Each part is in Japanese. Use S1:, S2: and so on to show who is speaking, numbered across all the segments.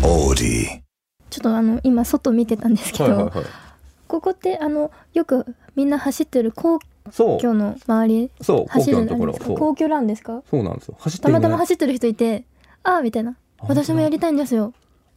S1: beauty.
S2: ちょっとあの今外見てたんですけど、
S3: はいはいはい。
S2: ここってあのよくみんな走ってる皇
S3: そ
S2: 居の周り
S3: う、そう、皇
S2: 走
S3: 居
S2: る
S3: のところ。
S2: あれです
S3: そ
S2: か
S3: う
S2: 皇居なんですか
S3: そうなんですよ。走って
S2: た
S3: る、ね、
S2: またま走ってる人いてああみたいな
S3: 本当だ
S2: 私もやりたいんですよ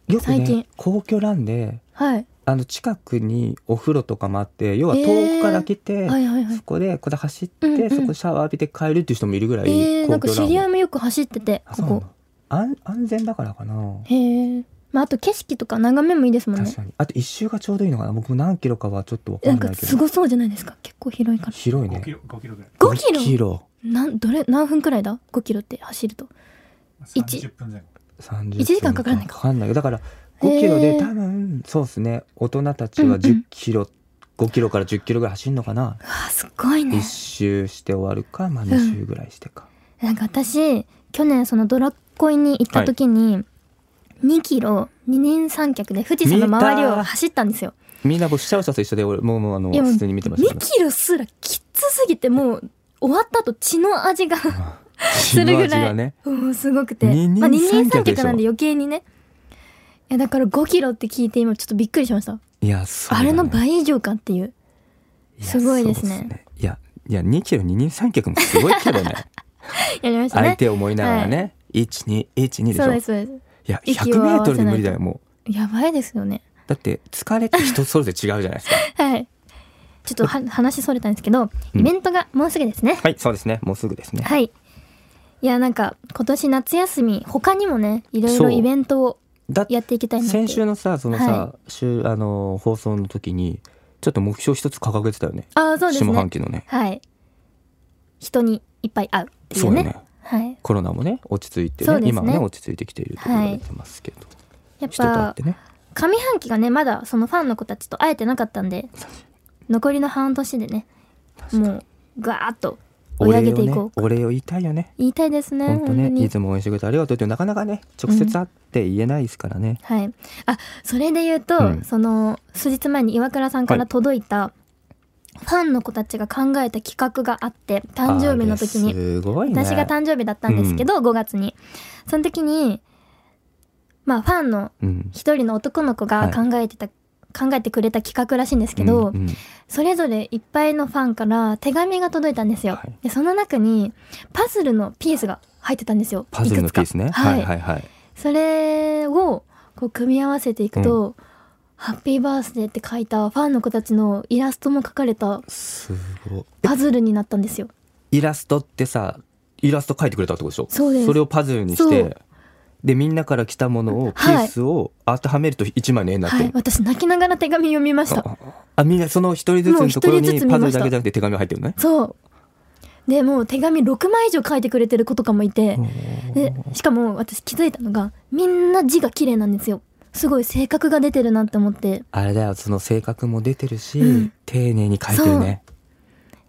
S3: よくね
S2: 最近
S3: 皇居ランで、
S2: はい、
S3: あの近くにお風呂とかもあって、要は遠くから来て、
S2: はいはいはい
S3: そこでこれ走って、
S2: うんうん
S3: そこでシャワー浴びて帰るっていう人もいるぐらい、
S2: えー、なんか
S3: 皇居ラン
S2: 知り合い
S3: を
S2: もよく走ってて
S3: あ
S2: こ
S3: そうな
S2: こ
S3: の安安全だからかな、
S2: へえまああと景色とか眺めもいいですもんね
S3: 確かにあと一周がちょうどいいのかな僕も何キロかはちょっとわか
S2: なん
S3: んな
S2: か
S3: いけ
S2: す
S3: ど
S2: ごそうじゃないですか結構広いから
S3: 広い
S4: 5キ
S3: ね
S4: ロ5キロぐらい
S2: 5キロ
S3: 5キロ
S2: なんどれ何分くらいだ5キロって走ると一
S4: 30分前後
S3: 30分
S2: 一時間かからないか
S3: かかんないだから5キロ
S2: へ
S3: で
S2: ー
S3: 多分そうですね大人たち
S2: うんう
S3: は
S2: ん
S3: 10キロ、5キロから10キロぐらい走るのかな、
S2: うわーすごい
S3: 一
S2: ね
S3: 周して終わるかまあ
S2: ん
S3: 2周ぐらいしてか、
S2: なんか私去年そのドラコイに行った時に、2キロ二人三脚で富士山の周りを走ったんですよ
S3: みんな僕シャウシャウと一緒で俺もうもうあの
S2: いやもう
S3: 普通に見てました
S2: 2キロすらきつすぎてもう終わった後血の味がす
S3: 血
S2: るぐ
S3: の味
S2: ら
S3: が
S2: い、
S3: ね
S2: もうすごくて
S3: 二人
S2: まあ、二人
S3: 三
S2: 三
S3: 脚でしょ
S2: 脚なんで余計にねいやだから5キロって聞いて今ちょっとびっくりしました、
S3: いやそう
S2: あ
S3: だね
S2: れの倍以上かっていう
S3: や
S2: すごいですね
S3: そうっいやいや2キロ二人三脚もすごいけ どね
S2: やりました
S3: 相
S2: ね
S3: 手を思いながらね、1212でし
S2: そう
S3: ょ
S2: で
S3: い
S2: すそうです
S3: や
S2: 息を合わせないと
S3: 100m で無理だよもう
S2: やばいですよね
S3: だって疲れって人それぞれ違うじゃないですか
S2: はいちょっとは話それたんですけど
S3: うん
S2: イベントがもうすぐですね、
S3: はいそうですねもうすぐですね
S2: はい。いや、なんか、今年夏休み、他にもね、いろい
S3: そ
S2: ろ
S3: う
S2: イベントを
S3: だって
S2: やっていきたいなって。
S3: 先週のさそのさ、
S2: は
S3: 週あの放送の時にちょっと目標一つ掲げてたよね
S2: ああ、そうです
S3: 下
S2: ね
S3: 半。期のね
S2: はい。人にいっぱい会うってい
S3: そうう
S2: ね。
S3: だね
S2: はい。
S3: コロナもね落ち着いて
S2: そう
S3: ね
S2: です
S3: 今
S2: ね
S3: はね落ち着いてきていると言われてますけど、
S2: やっ
S3: 人と会っ
S2: ぱ
S3: て、ね
S2: 上半期がね、まだそのファンの子たちと会えてなかったんで、残りの半年でね、もう、ガーッと追い上げていこう。
S3: お礼をねお礼を言いたいよね
S2: 言いたいですね、
S3: 本
S2: 本当
S3: 当ね
S2: に
S3: い。つも応援してくれてありがとうってなかなかね直接会って言えないですからね、
S2: はい。あ、それで言うと、
S3: うん
S2: その、数日前に岩倉さんから届いた、ファンの子たちが考えた企画があって、誕生日の時
S3: あれ
S2: に、
S3: すごいね
S2: 私が誕生日だったんですけど、5月に。その時に、まあ、ファンの
S3: うん
S2: 一人の男の子が考えてた、考えてくれた企画らしいんですけど、
S3: うんうん
S2: それぞれいっぱいのファンから手紙が届いたんですよ。
S3: はい
S2: でその中に、パズルのピースが入ってたんですよ。
S3: パズルの
S2: いくつか
S3: ピースね
S2: は
S3: はいいはいはい
S2: それをこう組み合わせていくと、ハッピーバースデーって書いたファンの子たちのイラストも書かれた
S3: すごい
S2: パズルになったんですよ。
S3: イラストってさイラスト描いてくれたってことでしょ
S2: そうです
S3: れをパズルにし
S2: そ
S3: て
S2: う
S3: でみんなから来たものをピースを当てはめると一枚の絵になって
S2: は
S3: る、
S2: い、私泣きながら手紙読みました。
S3: あみんなその一人ずつのところ
S2: もう一人ず
S3: に
S2: つ見ま
S3: パ
S2: した
S3: ズルだけじゃなくて手紙が入ってるのね
S2: そう。でもう手紙6枚以上書いてくれてる子とかもいて、でしかも私気づいたのがみんな字が綺麗なんですよ。すごい性格が出てるなって思って、
S3: あれだよその性格も出てるし、
S2: うん
S3: 丁寧に描いてるね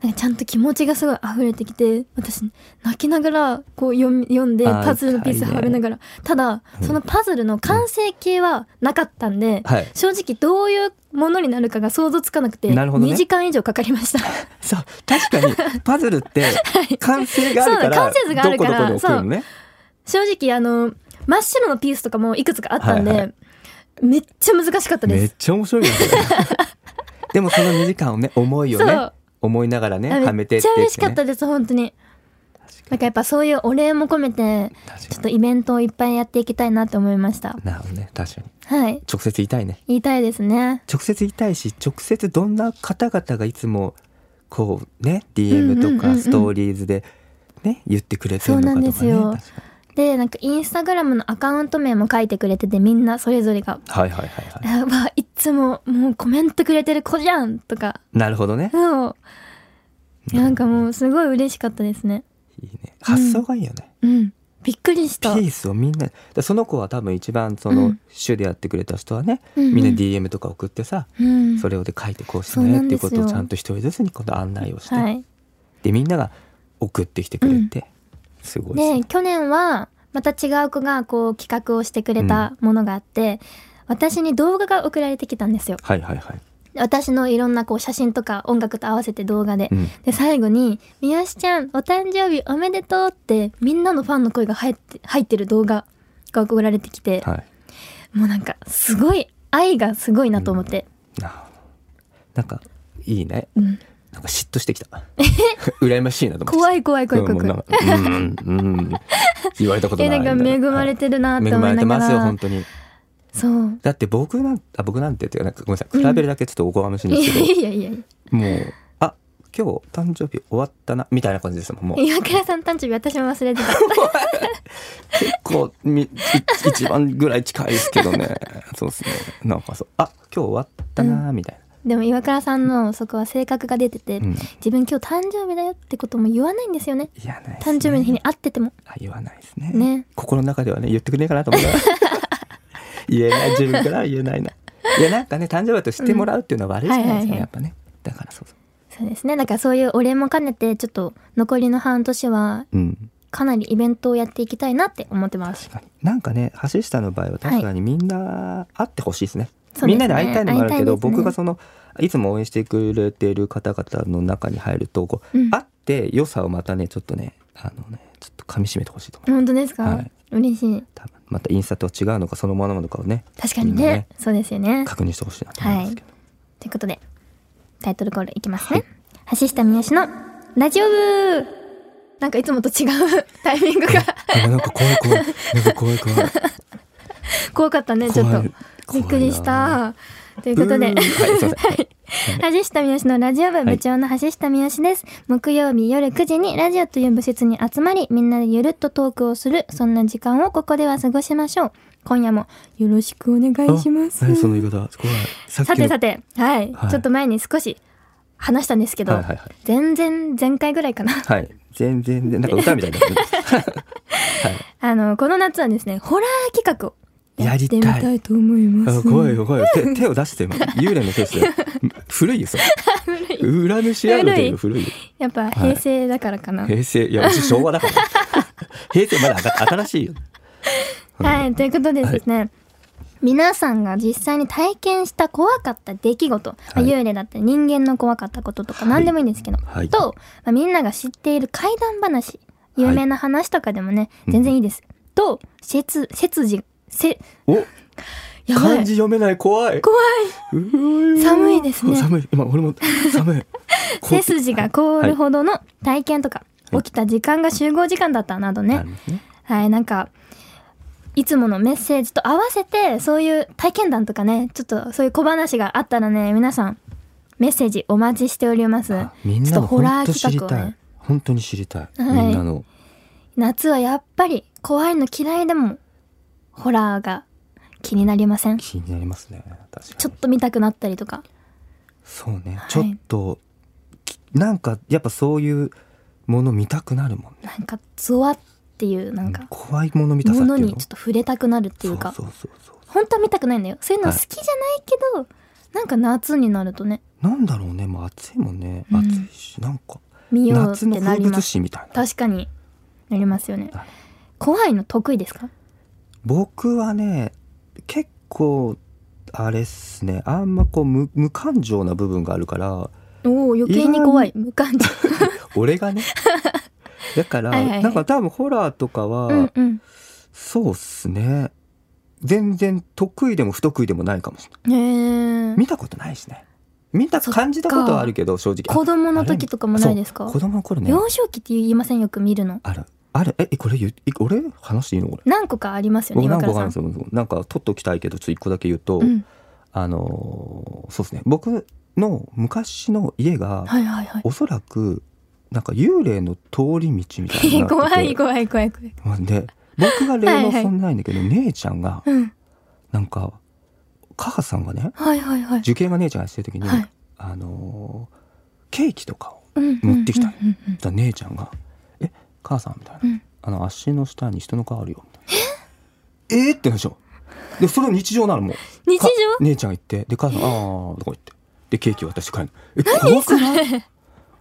S2: なんかちゃんと気持ちがすごい溢れてきて私泣きながらこう読み読んで
S3: あー
S2: パズルのピース貼りながら、ただそのパズルの完成形はなかったんで、
S3: はい
S2: 正直どういうものになるかが想像つかなくて
S3: なるほどね
S2: 2時間以上かかりま した
S3: そう確か にパズルって完成があるか
S2: そう
S3: ら
S2: 完成図があるから
S3: どこどこに置くのね
S2: 正直あの真っ白のピースとかもいくつかあったんで、
S3: はいは
S2: めっちゃ難しかった
S3: め
S2: で
S3: っ
S2: す
S3: ちゃ面白い よねでもその2時間をね思いを
S2: そ
S3: ね
S2: う
S3: 思いながらねは
S2: め
S3: め
S2: っち
S3: てって
S2: ゃ
S3: ってね
S2: 嬉しかったです本当になんかやっぱそういうお礼も込めて
S3: 確
S2: ち
S3: か
S2: ょっとイベントをいっぱいやっていきたいなって思いました
S3: になるほどね確かに
S2: はい
S3: 直接言いたいね
S2: 言いたいですね
S3: 直接言いたいし直接どんな方々がいつもこうね
S2: うんうんうん
S3: DM と
S2: う
S3: か
S2: ん
S3: ストーリーズでね言ってくれてる
S2: そう
S3: の
S2: なん
S3: か
S2: で
S3: と
S2: す
S3: かね
S2: よ
S3: 確か
S2: でなんかインスタグラムのアカウント名も書いてくれててみんなそれぞれが
S3: にはいはいはい
S2: 「
S3: は
S2: あわいっつももうコメントくれてる子じゃん」とか
S3: いなるほどね
S2: そういやなんかもうすごい嬉しかったですね
S3: いいね発想がいいよね、
S2: うんびっくりした
S3: ピースをみんなでその子は多分一番その
S2: うん
S3: 主でやってくれた人はね、
S2: うんうん
S3: みんな DM とか送ってさ、
S2: うん
S3: それをで書いてこうし
S2: そう
S3: ね
S2: な
S3: っ
S2: ん
S3: てい
S2: で
S3: う
S2: すよ
S3: ことをちゃんと一人ずつに今度案内をして、
S2: はい
S3: でみんなが送ってきてくれて、すごいですね
S2: で去年はまた違う子がこう企画をしてくれたものがあって、私に動画が送られてきたんですよ
S3: はいはいはい、
S2: 私のいろんなこう写真とか音楽と合わせて動画で、
S3: うん
S2: で最後に「三好ちゃんお誕生日おめでとう」ってみんなのファンの声が入って入ってる動画が送られてきて、
S3: はい、
S2: もうなんかすごい愛がすごいなと思って、
S3: あなんかいいね
S2: うん、
S3: なんか嫉妬してきた羨ましいなと思って
S2: 怖い怖い怖い怖い怖い
S3: うんもうなんかうんうんうん言われたこと
S2: え
S3: ない
S2: なんか恵まれてるなって
S3: 恵
S2: 思
S3: ま
S2: い
S3: れて
S2: なが
S3: ますよ
S2: ら
S3: 本当に
S2: そう
S3: だって僕なんあ僕なんてっていうかなんかごめんなさい比べるだけちょっとおこがましいん
S2: い
S3: ですけど、
S2: やいやい
S3: もうあ今日誕生日終わったなみたいな感じですもんもう
S2: や岩倉さん誕生日私も忘れて た
S3: 結構みい一番ぐらい近いですけどねそうですねなんかそうあ今日終わったなみたい
S2: でも岩倉さんのそこは性格が出てて、
S3: な、うん、
S2: 自分今日誕生日だよってことも言わないんですよね
S3: 言わないですね
S2: 誕生日の日に会ってても
S3: あ言わないですね
S2: ね
S3: 心の中ではね言ってくれないかなと思う から言えない自分からは言えないないやなんかね誕生日だとしてもらうっていうのは悪いじゃないですか、
S2: うんはいはいはい
S3: やっぱねだからそうそう
S2: そうですねだからそういうお礼も兼ねてちょっと残りの半年は
S3: うん
S2: かなりイベントをやっていきたいなって思ってます
S3: 確かになんかね橋下の場合は確かにみんな会ってほしいですね、
S2: そう
S3: み
S2: ですね
S3: んなで会いたいのもあるけど、
S2: 会いたいですね
S3: 僕がそのいつも応援してくれてる方々の中に入るとこう、
S2: うん
S3: 会って良さをまたねちょっとねあのねちょっと噛み締めてほしいと思う
S2: 本当ですか、
S3: はい
S2: 嬉しい
S3: 多分またインスタとは違うのかそのものなのかをね
S2: 確かにね
S3: みんなね
S2: そうですよね
S3: 確認してほしいなと思いますけど、
S2: ということでタイトルコールいきますね、橋下三好のラジオ部なんかいつもと違う タイミングが
S3: あなんか怖い怖いなんか怖い怖 い
S2: 怖かったねちょっとびっくりし。たということで
S3: ブーはい、すいません。
S2: 橋下三好のラジオ部部長の橋下三好です、木曜日夜9時にラジオという部室に集まりみんなでゆるっとトークをするそんな時間をここでは過ごしましょう今夜もよろしくお願いします
S3: あ何その言い方、怖い。さ
S2: さてさ
S3: て。
S2: てはい、
S3: はい
S2: ちょっと前に少し話したんですけど、
S3: はいはいはい
S2: 全然前回ぐらいかな
S3: はい、全然、なんか歌みたいになってます。
S2: あのこの夏はですねホラー企画をやってみ
S3: や
S2: たいと思います
S3: あ怖いよ怖いよ。手手を出して今幽霊の手して。 古いよ それ。裏飯やるっていうの古いよ。
S2: やっぱ平成だからかな、
S3: 平成いや私昭和 だから。平成まだ新しいよ。
S2: はい、ということでですね、皆さんが実際に体験した怖かった出来事、まあ
S3: はい
S2: 幽霊だったり人間の怖かったこととか何でもいいんですけど、
S3: はい
S2: と、まあ、みんなが知っている怪談話有名な話とかでもね、
S3: うん
S2: 全然いいです。と切切字せ
S3: お
S2: やば
S3: 漢
S2: い
S3: 字読めない怖い。
S2: 怖
S3: うー
S2: い寒いですね。
S3: 寒い今俺も寒い。
S2: 背筋が凍るほどの体験とか、
S3: はい
S2: 起きた時間が集合時間だったなどね、
S3: なるんですね。
S2: はい、なんか、いつものメッセージと合わせて、そういう体験談とかね、ちょっとそういう小話があったらね、皆さん、メッセージお待ちしております。
S3: あみんなの
S2: ちょっとホラ
S3: 本
S2: ー
S3: 当知
S2: 企
S3: り
S2: 画を
S3: た
S2: ね
S3: い。本当に知りたい。
S2: はい
S3: みんなの
S2: 夏はやっぱり怖いの嫌いでも、ホラーが気になりませんち
S3: 気になりますね。確かに
S2: ょっと見たくなったりとか。
S3: そうね
S2: はい。
S3: ちょっと、きなんかやっぱそういうもの見たくなるもんね。
S2: なんか、ゾワっていう、なんか、
S3: 怖いもの見たさ
S2: も
S3: って
S2: の
S3: いう
S2: に
S3: の
S2: ちょっと触れたくなるっていうか、
S3: そうそうそうそ
S2: 本当は見たくないんだよ。そういうの好きじゃないけど、なんか夏になるとね、
S3: うなんだろうねもう暑いもんね、
S2: うん
S3: 暑いしなんか
S2: 見ようっ
S3: 夏の
S2: てな
S3: 風
S2: りま
S3: 物
S2: す。
S3: 詩みたいな
S2: 確かに、なりますよね
S3: なる。
S2: 怖いの得意ですか
S3: 僕はね結構あれっすねあんまこう無無感情な部分があるから
S2: おお余計に怖い無感情
S3: 俺 がねだから
S2: はいはいはい
S3: なんか多分ホラーとかは、
S2: うんうん
S3: そうっすね全然得意でも不得意でもないかもしれない
S2: へえ
S3: 見たことないしね見た
S2: そっか
S3: 感じたことはあるけど正直
S2: 子供の時とかもないです
S3: あ
S2: か
S3: 子供の頃ね
S2: 幼少期って言いませんよく見るの
S3: あるあるえこれ言うえ俺話していいのこれ
S2: 何個かありますよね
S3: 僕なん
S2: 岩
S3: か
S2: 倉
S3: わか
S2: さ
S3: んない
S2: ん
S3: ですよなんか取っときたいけどちょっと一個だけ言うと、
S2: うん
S3: あのーそうですね僕の昔の家が、
S2: はいはいはい
S3: おそらくなんか幽霊の通り道みたいになってて
S2: 怖い怖い怖い怖い
S3: で僕が
S2: は
S3: 霊
S2: い
S3: 能
S2: はい
S3: そんなないんだけど、姉ちゃんが
S2: うん
S3: なんか母さんがね
S2: はいはいはい
S3: 受験が姉ちゃんがしてる時に、
S2: はい
S3: あのーケーキとかを
S2: うん
S3: 持ってきた
S2: うんうん
S3: だ姉ちゃんが「え母さん」みたいな、
S2: うん
S3: あの足の下に人の顔あるよ」みたいな「えっ?」ってなるでしょでそれ日常なのもう
S2: 日常
S3: か姉ちゃんが行ってで母さん「あー」とか言ってでケーキ渡して帰るのえ怖くない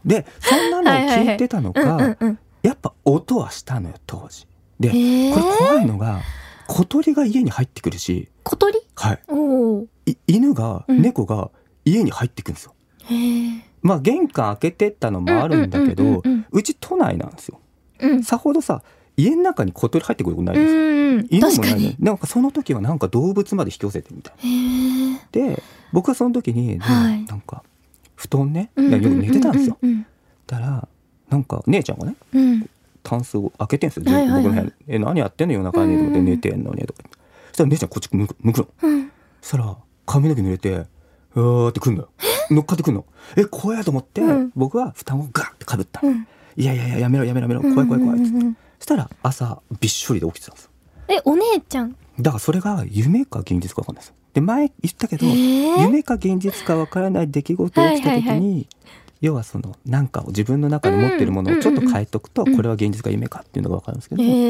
S3: でそんなのを聞いてたのか、
S2: うんうんうん
S3: やっぱ音はしたのよ当時で、
S2: へえ
S3: これ怖いのが小鳥が家に入ってくるし、
S2: 小鳥
S3: は
S2: おお
S3: い、い犬が、
S2: うん
S3: 猫が家に入ってくるんですよ
S2: へえ
S3: まあ玄関開けてったのもあるんだけど、う
S2: うんうんうんうん
S3: ち都内なんですよ
S2: うん
S3: さほどさ家の中に小鳥入ってくることないです
S2: うんうん
S3: 犬
S2: 確
S3: もな
S2: か
S3: いの
S2: に
S3: になんかその時はなんか動物まで引き寄せてみたい
S2: へー
S3: で僕はその時に、ね
S2: はい
S3: なんか布団ね
S2: う
S3: よ
S2: んう
S3: く
S2: んうんうん
S3: 寝てたんですよ、
S2: うん
S3: だからなんか姉ちゃんがね
S2: うん
S3: タンスを開けてんですよ、
S2: はいはいはい
S3: 僕の部屋に「え何やってんの夜中に」とかで
S2: うん
S3: 寝てんのに」とかそしたら姉ちゃんこっち向く向くの
S2: うん
S3: そしたら髪の毛濡れてうわーってくんのよ乗っかってくんのえ怖いと思って、
S2: うん
S3: 僕は布団をガッてかぶった
S2: う
S3: の、
S2: ん
S3: いやいやいややめろやめろやめろ怖い怖い怖いっつって、
S2: うんうんうん
S3: そしたら朝びっしょりで起きてたんですよ
S2: えお姉ちゃん
S3: だからそれが夢か現実か分かんないですよで前言ったけど、
S2: えー
S3: 夢か現実か分からない出来事が起きた時に、
S2: はいはい
S3: 要はその何かを自分の中に持ってるものをちょっと変えとくと、
S2: うんうんうん
S3: これは現実か夢かっていうのが分かるんですけど、
S2: え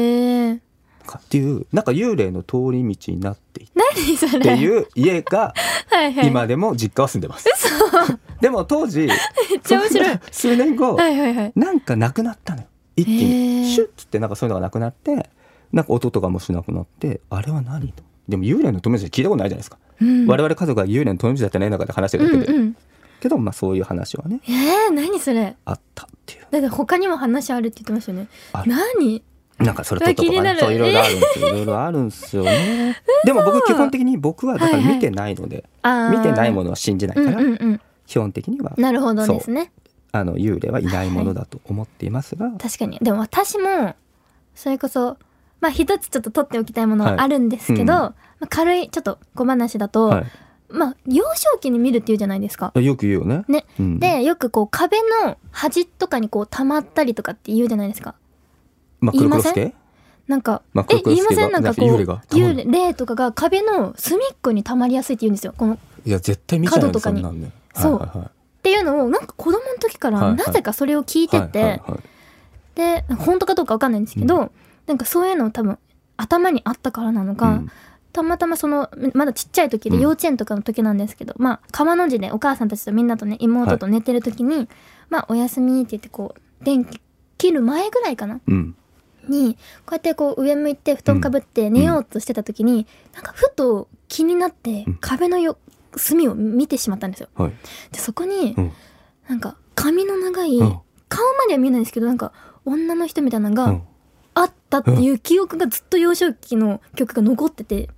S2: ー
S3: なんかっていうなんか幽霊の通り道になっていっ
S2: 何それ
S3: ていう家が
S2: はいはい
S3: 今でも実家は住んでます。 でも当時
S2: めっちゃ面白い
S3: そんな数年後、
S2: はいはいはい
S3: なんかなくなったのよ一気
S2: へー
S3: にシュッつってなんかそういうのがなくなってなんか音とかもしなくなってあれは何とでも幽霊の友達聞いたことないじゃないですか、
S2: うん
S3: 我々家族は幽霊の友達だってない中で話してるだけで、
S2: うんうん
S3: けどまあそういう話はね
S2: えー何それ
S3: あったっていう
S2: だって他にも話あるって言ってましたよね
S3: ある
S2: 何
S3: なんかそれとっととか
S2: うわ気にな
S3: ね
S2: る
S3: そういろいろあるんですよいろいろあるんですよねでも僕基本的に僕はだから見てないので、
S2: あー
S3: 見てないものは信じないから、
S2: うんうんうん
S3: 基本的には
S2: なるほどですね
S3: あの幽霊はいないものだと思っていますが、
S2: 確かにでも私もそれこそまあ一つちょっと取っておきたいものはあるんですけど、
S3: はい
S2: まあ、軽いちょっと小話だと、
S3: は
S2: まあ幼少期に見るっていうじゃないですか。
S3: い、よく言うよね。
S2: ね
S3: うん
S2: でよくこう壁の端とかにこう溜まったりとかって言うじゃないですか。
S3: まあ、
S2: 言い
S3: 黒
S2: ま
S3: 黒
S2: せん
S3: 助
S2: なんか、
S3: まあ
S2: え
S3: 黒
S2: 言い
S3: 々
S2: ま
S3: しけ
S2: せん
S3: ば
S2: なんかこう
S3: 幽霊が溜まる
S2: 幽霊とかが壁の隅っこに溜まりやすいって言うんですよ。このっ
S3: いや絶対見ちゃうよ
S2: 角とかに
S3: そんなんね
S2: そう
S3: はいはいはい
S2: ていうのをなんか子供の時か
S3: はい
S2: ら
S3: はい
S2: なぜかそれを聞いてて、
S3: はいはいはい
S2: で本当かどうかわかんないんですけど、なんかそういうのを多分頭にあったからなのか、
S3: うん
S2: たまたまそのまだちっちゃい時で
S3: うん
S2: 幼稚園とかの時なんですけど、まあ川の字でお母さんたちとみんなとね妹と寝てる時に、まあおやすみって言ってこう電気切る前ぐらいかな
S3: うん
S2: にこうやってこう上向いて布団かぶって寝ようとしてた時に、なんかふと気になって
S3: うん
S2: 壁のよ隅を見てしまったんですよ。
S3: はい
S2: でそこに、
S3: うん
S2: なんか髪の長い、
S3: うん
S2: 顔までは見えないんですけどなんか女の人みたいなの
S3: う
S2: が
S3: ん
S2: あったっていう記憶がずっと幼少期の曲が残ってて。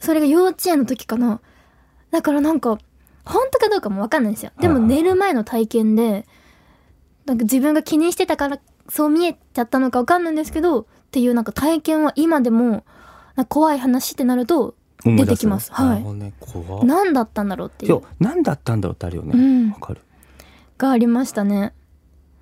S2: それが幼稚園の時かな。だからなんか、本当かどうかもわかんないんですよ。でも
S3: はいはいは
S2: 寝
S3: い
S2: る前の体験で、なんか自分が気にしてたからそう見えちゃったのかわかんないんですけど、っていうなんか体験は今でも、なんか怖い話ってなると、
S3: 思い出
S2: 出てきますはい
S3: なるほどね怖っ
S2: 何だったんだろうってい
S3: 今
S2: う
S3: 日、何だったんだろうってあるよ
S2: う
S3: ね
S2: ん
S3: わ、、かる
S2: がありましたね。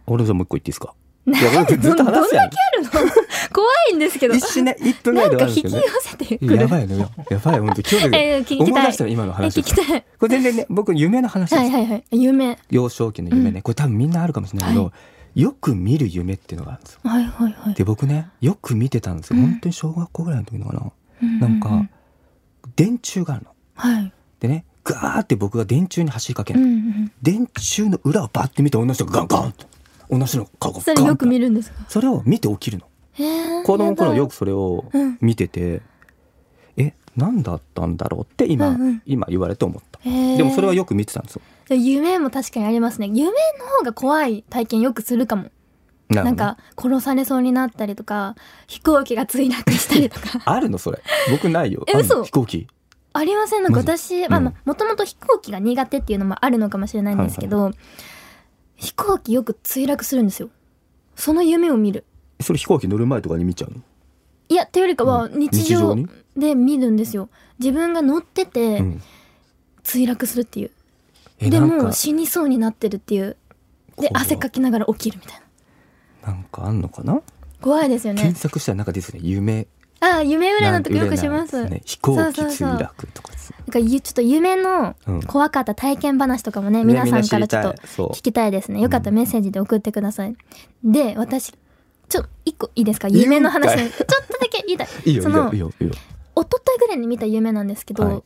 S3: 俺じゃあもう一個言っていいですか
S2: ない
S3: や俺ずっと話すやん
S2: どんだけあるの 怖いんですけど。
S3: 一瞬ね一分ぐら
S2: ないん
S3: で終
S2: か
S3: わるんで
S2: 引
S3: す
S2: き寄
S3: よね
S2: せてくる。
S3: やばいのよやばい本当今日
S2: えー聞きたい
S3: 思い出したの今の
S2: え
S3: 話
S2: 聞きたい。
S3: これ全然ね僕夢の話です、
S2: はいはいはい。夢。
S3: 幼少期の夢ねこれ多分みんなあるかもしれないけど、
S2: は
S3: よく見る夢っていうのがあるんですよ
S2: はいはいはい。
S3: で僕ねよく見てたんですよ
S2: うん
S3: 本当に小学校ぐらいの時のかな、
S2: ううう
S3: なんか電柱があるの
S2: はい。
S3: でねガーって僕が電柱に走りかけ
S2: う
S3: る、
S2: んうん
S3: 電柱の裏をバッて見て女の人がガンガンと女の人の顔がガン
S2: それよく見
S3: る
S2: るんですか
S3: それを見て起きるの子供の頃よくそれを
S2: うん
S3: 見てて、え何だったんだろうって今、
S2: うんうん
S3: 今言われて思った
S2: く、へー
S3: でもそれはよく見てたんですよ
S2: 夢も確かにありますね夢の方が怖い体験よくするかも
S3: な
S2: な
S3: るほ
S2: ん
S3: どね
S2: か殺されそうになったりとか飛行機が墜落したり とか
S3: あるのそれ僕ないよ
S2: え
S3: あるの
S2: 嘘
S3: 飛行機
S2: ありませんなんか私まあ
S3: うん
S2: まあもともと飛行機が苦手っていうのもあるのかもしれないんですけど、飛行機よく墜落するんですよその夢を見る
S3: それ飛行機乗る前とかに見ちゃうの、
S2: いやというよりかは日常
S3: 日常に
S2: で見るんですよ自分が乗ってて
S3: うん
S2: 墜落するっていう、
S3: え
S2: で
S3: なん
S2: も
S3: か
S2: 死にそうになってるっていう
S3: 怖
S2: で
S3: い
S2: 汗かきながら起きるみたいな
S3: なんかあんのかな
S2: 怖いですよね
S3: 検索したらなんかですね夢
S2: ああ夢占いとかよくしま
S3: な
S2: す
S3: んて占いで
S2: なん
S3: ね飛行機
S2: そうそうそう
S3: 墜落とかですね
S2: かゆちょっと夢の
S3: うん
S2: 怖かった体験話とかもね、
S3: ね
S2: 皆さんからちょっと
S3: みんな知りたいそう
S2: 聞きたいですねよかったらメッセージで送ってください、で私ちょ一個いいですか
S3: いいんかい
S2: 夢の話ちょっとだけ言いたい
S3: いいよ
S2: その
S3: いいよいいよいいよ
S2: 一昨日ぐらいに見た夢なんですけど、
S3: はい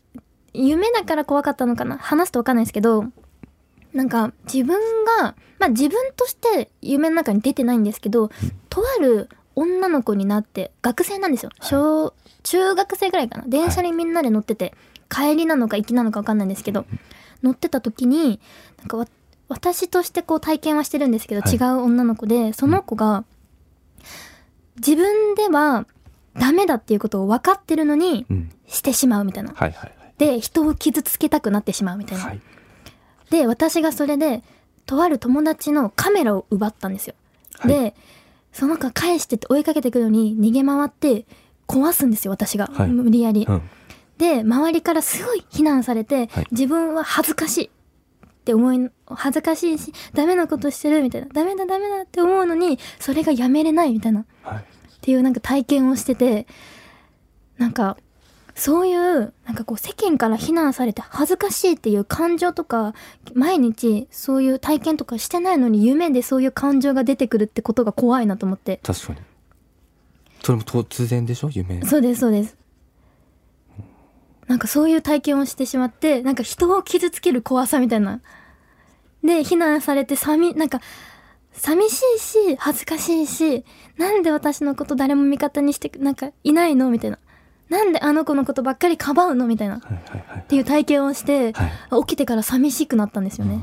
S2: 夢だから怖かったのかな話すと分かんないですけどなんか自分がまあ自分として夢の中に出てないんですけど、とある女の子になって学生なんですよ、小中学生ぐらいかな電車にみんなで乗ってて、帰りなのか行きなのか分かんないんですけど、乗ってた時になんかわ私としてこう体験はしてるんですけど、
S3: はい
S2: 違う女の子でその子が自分ではダメだっていうことを分かってるのに
S3: うん。
S2: してしまうみたいな。
S3: はいはいはい。
S2: で、人を傷つけたくなってしまうみたいな。
S3: はい。
S2: で、私がそれで、とある友達のカメラを奪ったんですよ。
S3: はい
S2: で、その子返してって追いかけてくるのに逃げ回って壊すんですよ、私が。
S3: はい
S2: 無理やり。
S3: うん。
S2: で周りからすごい非難されて、
S3: はい
S2: 自分は恥ずかしいって思い恥ずかしいしダメなことしてるみたいなダメだダメだって思うのにそれがやめれないみたいなっ
S3: はい。
S2: ていうなんか体験をしててなんかそういうなんかこう世間から非難されて恥ずかしいっていう感情とか毎日そういう体験とかしてないのに夢でそういう感情が出てくるってことが怖いなと思って
S3: 確かに。それも突然でしょ夢。
S2: そうですそうですなんかそういう体験をしてしまってなんか人を傷つける怖さみたいなで非難されて寂なんか寂しいし恥ずかしいしなんで私のこと誰も味方にしてくなんかいないのみたいななんであの子のことばっかりかばうのみたいなっ
S3: はいはいはい。
S2: ていう体験をして、
S3: はい
S2: 起きてから寂しくなったんですよね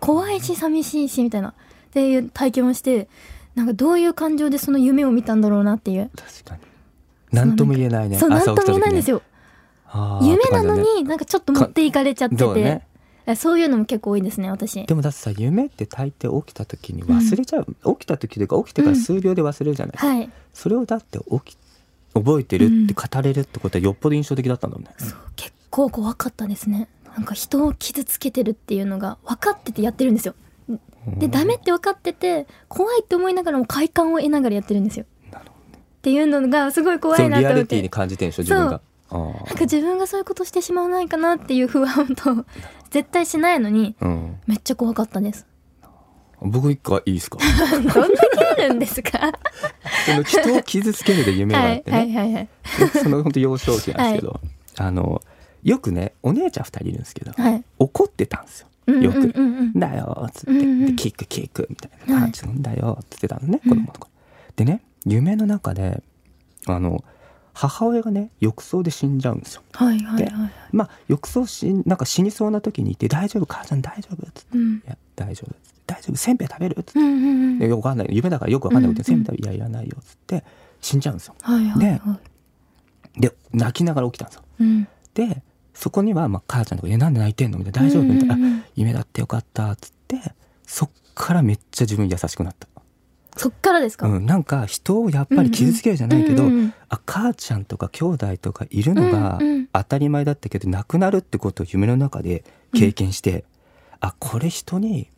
S2: 怖いし寂しいしみたいなっていう体験をしてなんかどういう感情でその夢を見たんだろうなっていう、
S3: 確かに。なんとも言えないね。
S2: そうなんとも言えないんです
S3: よ。
S2: よ
S3: あー
S2: 夢なの。
S3: って感じだね
S2: になんかちょっと持っていかれちゃってて
S3: そうね。
S2: えそういうのも結構多いですね私
S3: でもだってさ夢って大抵起きた時に忘れちゃう、起きた時というか起きてから数秒で忘れるじゃない、
S2: はい
S3: それをだって起き覚えてるって語れるってことはよっぽど印象的だったんだもんね、
S2: 結構怖かったですねなんか人を傷つけてるっていうのが分かっててやってるんですよでダメって分かってて怖いって思いながらも快感を得ながらやってるんですよ
S3: なるほ
S2: っていうのがすごい怖
S3: そ
S2: い
S3: の
S2: な
S3: リ
S2: と
S3: ア
S2: 思
S3: リ
S2: っ
S3: ティに
S2: て
S3: 感じてるんでしょ自分があ
S2: なん
S3: ー
S2: か自分がそういうことしてしまわないかなっていう不安 と絶対しないのに
S3: うん、
S2: めっちゃ怖かっ たです
S3: 僕一個いいですか
S2: どんだけあるんで すか
S3: その人を傷つけるで夢が
S2: は
S3: あっ
S2: い
S3: てね、
S2: はいはいはい
S3: その本当幼少期なんですけど、あのよくねお姉ちゃん二人いるんですけど、
S2: はい
S3: 怒ってたんです
S2: う
S3: よ
S2: んう
S3: よ
S2: ん
S3: く、
S2: うんうん
S3: だよっつって、
S2: うんうん
S3: でキックキックみたいな感じなんだよっつってたのね、
S2: う
S3: 子
S2: ん
S3: 供とかでね夢の中であの母親がね浴槽で死んじゃうんですよ
S2: はいはい
S3: で
S2: はい
S3: まあ浴槽しなんか死にそうな時にいて「大丈夫母ちゃん大丈夫」っつって「
S2: うん
S3: いや大丈夫」っつって「大丈夫せんべい食べる」っつって
S2: うんうんうん
S3: で「よくわかんない夢だからよくわかんないことで、
S2: う
S3: せ
S2: んうん
S3: んべい食べいやいらないよ」っつって死んじゃうんですよ
S2: はいはいはい
S3: ね。で泣きながら起きたんですよ
S2: うん、
S3: でそこには、まあ、母ちゃんとか「えなんで泣いてんの?」みたいな「大丈夫?」みたいな「あ
S2: うんうんうん
S3: 夢だってよかった」っつってそっからめっちゃ自分優しくなった。
S2: そっからですか、
S3: うん、なんか人をやっぱり傷つけるじゃないけど、
S2: うんうんうんうん
S3: あ母ちゃんとか兄弟とかいるのが
S2: うんうん
S3: 当たり前だったけど、亡くなるってことを夢の中で経験して、あこれ人に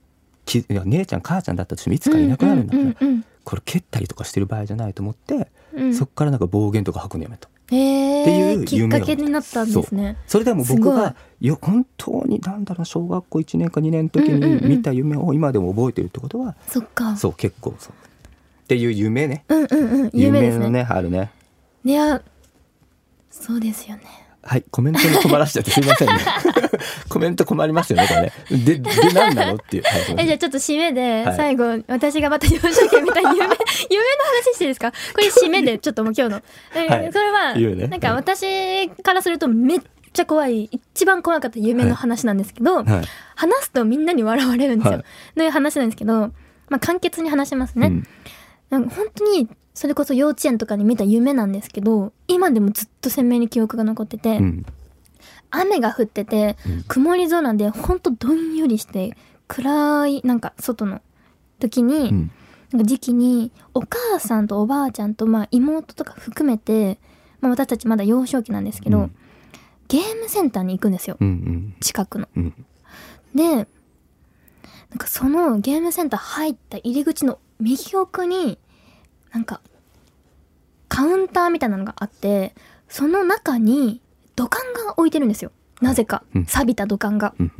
S3: きいや姉ちゃん母ちゃんだったとしてもいつかいなくなるんだから、
S2: うんうん
S3: これ蹴ったりとかしてる場合じゃないと思って、
S2: うんうん
S3: そっからなんか暴言とか吐くのやめた。
S2: へ
S3: っていう
S2: ーきっ
S3: 夢
S2: か
S3: を
S2: けになったんですね。
S3: それでも
S2: す
S3: 僕
S2: ごい
S3: がよ本当になんだろう小学校1年か2年の時
S2: うんうんう
S3: に
S2: ん
S3: 見た夢を今でも覚えてるってことは、
S2: そっか。
S3: そう結構そうっていう夢ね
S2: うんうんうん夢です
S3: の
S2: ね。
S3: ねあるね
S2: いやそうですよね。
S3: はい、コメントに困らしちゃってすいませんね。コメント困りますよね、これね。で、で、なんなのっていう。はい
S2: えじゃあちょっと締めで
S3: はい
S2: 最後、私がまた幼少期みたい に夢夢の話していいですか？これ締めでちょっともう今日の、え
S3: はい
S2: それは、
S3: 言うね
S2: なんか私からするとめっちゃ怖い一番怖かった夢の話なんですけど、
S3: はい
S2: 話すとみんなに笑われるんですよ、
S3: はい
S2: のいう話なんですけど、まあ、簡潔に話しますね。
S3: うん
S2: なんか本当にそれこそ幼稚園とかに見た夢なんですけど今でもずっと鮮明に記憶が残ってて、
S3: うん。
S2: 雨が降ってて
S3: うん
S2: 曇り空で本当どんよりして暗いなんか外の時に、
S3: うん。
S2: なんか時期にお母さんとおばあちゃんとまあ妹とか含めて、まあ、私たちまだ幼少期なんですけど、
S3: うん
S2: ゲームセンターに行くんですよ
S3: うん。
S2: 近くの。
S3: うん。うん。
S2: でなんかそのゲームセンター入った入り口の右奥になんかカウンターみたいなのがあってその中に土管が置いてるんですよなぜか
S3: うん
S2: 錆びた土管が。
S3: うん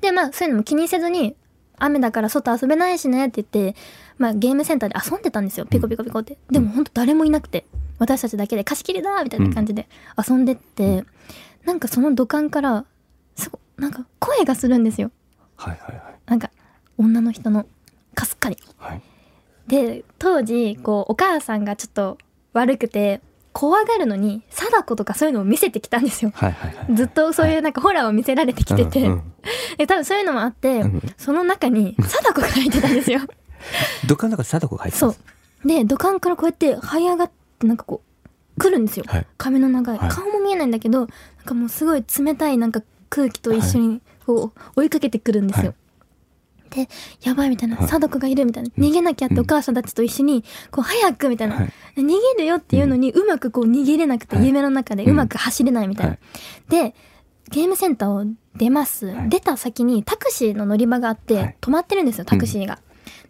S2: でまあそういうのも気にせずに雨だから外遊べないしねって言って、まあ、ゲームセンターで遊んでたんですよピコピコピコって。でもほんと誰もいなくて私たちだけで貸し切りだみたいな感じで遊んでって、なんかその土管からすごなんか声がするんですよ
S3: はいはい
S2: なんか女の人のかすかに。
S3: はい。はい。
S2: で当時こうお母さんがちょっと悪くて怖がるのに貞子とかそういうのを見せてきたんですよ。
S3: はいはいはい。
S2: ずっとそういうなんかホラーを見せられてきてて、
S3: うんうん
S2: で多分そういうのもあって、
S3: うん
S2: その中に貞子が入ってたんですよ。
S3: どっかの中に貞子が入って
S2: そ
S3: ま
S2: う
S3: す。
S2: で土管からこうやって這い上がってなんかこう来るんですよ、
S3: はい
S2: 髪の長い、
S3: はい
S2: 顔も見えないんだけどなんかもうすごい冷たいなんか空気と一緒にこう追いかけてくるんですよ、でやばいみたいな、
S3: はい
S2: 貞子がいるみたいな逃げなきゃってお母さんたちと一緒にこう早くみたいな、
S3: はい
S2: 逃げるよっていうのにうまくこう逃げれなくて、
S3: はい
S2: 夢の中でうまく走れないみたいな、
S3: はい
S2: でゲームセンターを出ます、
S3: はい
S2: 出た先にタクシーの乗り場があって、
S3: はい
S2: 止まってるんですよタクシーが、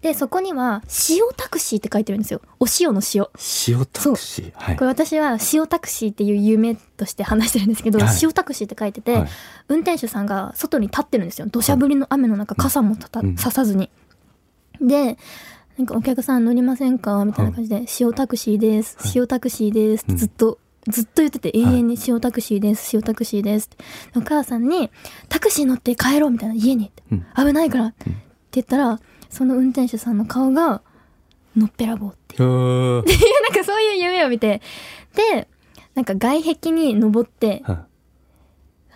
S2: でそこには塩タクシーって書いてるんですよお塩の塩
S3: 塩タクシー。はい
S2: これ私は塩タクシーっていう夢として話してるんですけど、
S3: はい
S2: 塩タクシーって書いてて、
S3: はい
S2: 運転手さんが外に立ってるんですよ土砂降りの雨の中傘もたた
S3: うん
S2: ささずに、でなんかお客さん乗りませんかみたいな感じで「塩タクシーです
S3: はい
S2: 塩タクシーです」ってずっと、ずっと言ってて永
S3: はい
S2: 遠に塩タクシーです、塩タクシーですってお母さんにタクシー乗って帰ろうみたいな家にって
S3: うん
S2: 危ないからって言ったらその運転手さんの顔がのっぺらぼうっていう
S3: うーん
S2: なんかそういう夢を見てでなんか外壁に登って
S3: はい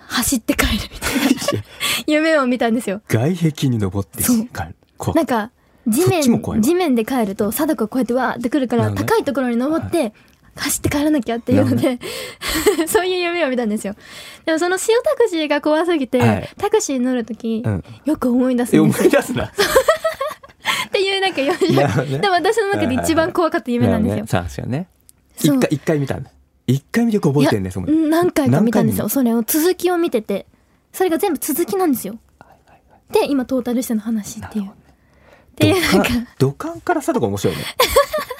S2: 走って帰るみた いな夢を見たんですよ
S3: 外壁に登って
S2: そう
S3: かこう
S2: なんか地
S3: そっちも怖い
S2: 面
S3: わ
S2: 地面で帰ると貞子がこうやってわーってくるか
S3: な
S2: ら
S3: るほどね
S2: 高いところに登って走って帰らなきゃっていうので、 そういう夢を見たんですよでもその塩タクシーが怖すぎて、
S3: はい
S2: タクシーに乗る時、
S3: うん
S2: よく思い出す
S3: え
S2: ん
S3: 思
S2: です
S3: い出すな。
S2: っていうなんか4
S3: なるほどね
S2: でも私の中で一番怖かった夢なんですよ、
S3: そうですよね。
S2: そう
S3: 一回一回見たんだ。一回見てよく覚えてるねその。
S2: いやうん何回か見たんですよ
S3: 何
S2: それを続きを見ててそれが全部続きなんですよで今トータルしての話っていう、っていうなんかい
S3: 土管からさとか面白いね。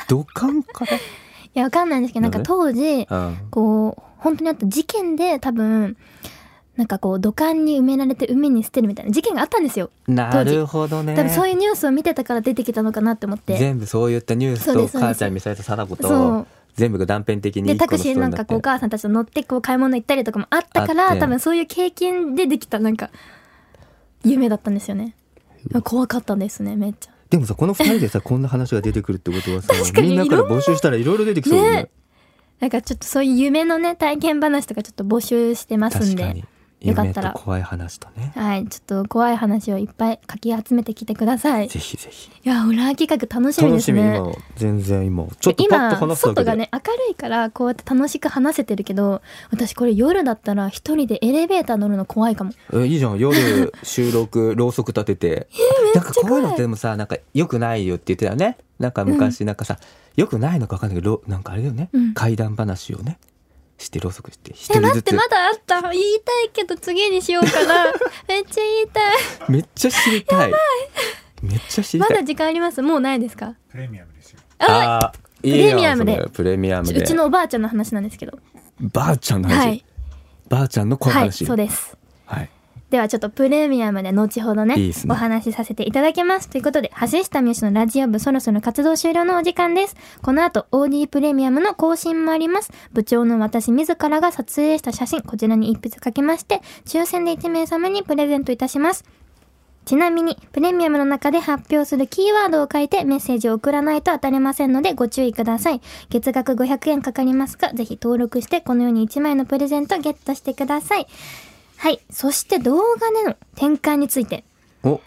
S3: 土管から。
S2: やわかんないんですけどなんか
S3: なる
S2: 当時
S3: うん
S2: こう本当にあった事件で多分なんかこう土管に埋められて海に捨てるみたいな事件があったんですよ
S3: なるほどね。
S2: 多分そう
S3: いう
S2: いうニュースを見てたから出てきたのかなって思って
S3: 全部そういったニュース
S2: そうで
S3: と
S2: すそうです
S3: 母ちゃん見された貞子
S2: そ
S3: と
S2: う
S3: 全部が断片的に一
S2: で
S3: 個の
S2: タ
S3: ス
S2: ク
S3: ト
S2: シ
S3: ー
S2: ー
S3: リー
S2: な
S3: に
S2: ん
S3: な
S2: か
S3: っ
S2: こうお
S3: て
S2: 母さんたちと乗ってこう買い物行ったりとかもあったか
S3: あっ
S2: ら
S3: て
S2: 多分そういう経験でできたなんか夢だったんですよね怖かったんですねめっちゃ
S3: でもさこの二人でさこんな話が出てくるってことはさ
S2: 確かに
S3: みんなから募集したらいろいろ出てきそうだよね
S2: ね。なんかちょっとそういう夢のね体験話とかちょっと募集してますん
S3: 確
S2: で
S3: かに。
S2: よかっ
S3: 夢
S2: た
S3: と
S2: ら
S3: 怖い話とね。
S2: はいちょっと怖い話をいっぱいかき集めてきてくださいい
S3: ぜひぜひ。
S2: やホラー企画楽しみで
S3: 楽
S2: す
S3: しみ
S2: ね
S3: 今全然今ちょっとパッと
S2: 今
S3: 話すだ
S2: 外
S3: け
S2: が
S3: で、
S2: ね明るいからこうやって楽しく話せてるけど私これ夜だったら一人でエレベーター乗るの怖いかも
S3: えいいじゃん夜収 録ろうそく立てて、なんかこういうのってでもさなんか良くないよって言ってたよねなんか昔なんかさ、良くないのか分かんないけどろなんかあれだよね、
S2: うん
S3: 怪談話をねしてろうそくして一
S2: え
S3: 人
S2: 待
S3: ず
S2: って
S3: つ
S2: まだあった言いたいけど次にしよう かなめっちゃ言いたい
S3: めっちゃ知りたいめっちゃ知り
S2: ま
S3: たい、
S2: だ時間ありますもうないですか
S1: プレミアムですよ。
S2: あ
S3: あーいいよ
S2: プレミアムで
S3: それプレミアム
S2: ち
S3: で
S2: うちのおばあちゃんの話なんですけど
S3: ばあちゃんの話、
S2: はい
S3: ばあちゃんの怖い
S2: はい
S3: 話
S2: そうです
S3: はい
S2: ではちょっとプレミアムで後ほどね
S3: いいっすね
S2: お話しさせていただきますということで橋下美由のラジオ部そろそろ活動終了のお時間ですこの後 OD プレミアムの更新もあります部長の私自らが撮影した写真こちらに一筆書きまして抽選で1名様にプレゼントいたしますちなみに、プレミアムの中で発表するキーワードを書いてメッセージを送らないと当たれませんのでご注意ください。月額500円かかりますが、ぜひ登録してこのように1枚のプレゼントゲットしてください。はい。そして動画での転換について、
S3: お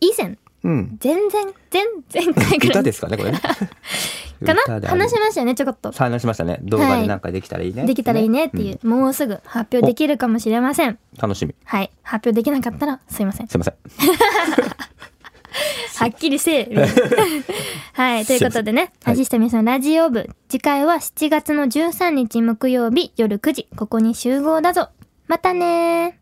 S2: 以前、
S3: うん
S2: 前々、前々回ぐら
S3: 歌
S2: い
S3: ですかねこれね
S2: か
S3: 歌で
S2: な
S3: あり
S2: 話しましたよね、ちょこっと。
S3: 話しましたね動画でなんかできたらいいね、
S2: できたらいいねっていう、もうすぐ発表できるかもしれません。
S3: 楽しみ
S2: はい。発表できなかったらすいません。
S3: すいません
S2: はっきりせえ。みた いなはい。ということでね、
S3: すいませんはい
S2: 橋下美さんラジオ部、次回は7月の13日木曜日夜9時、ここに集合だぞ。またねー。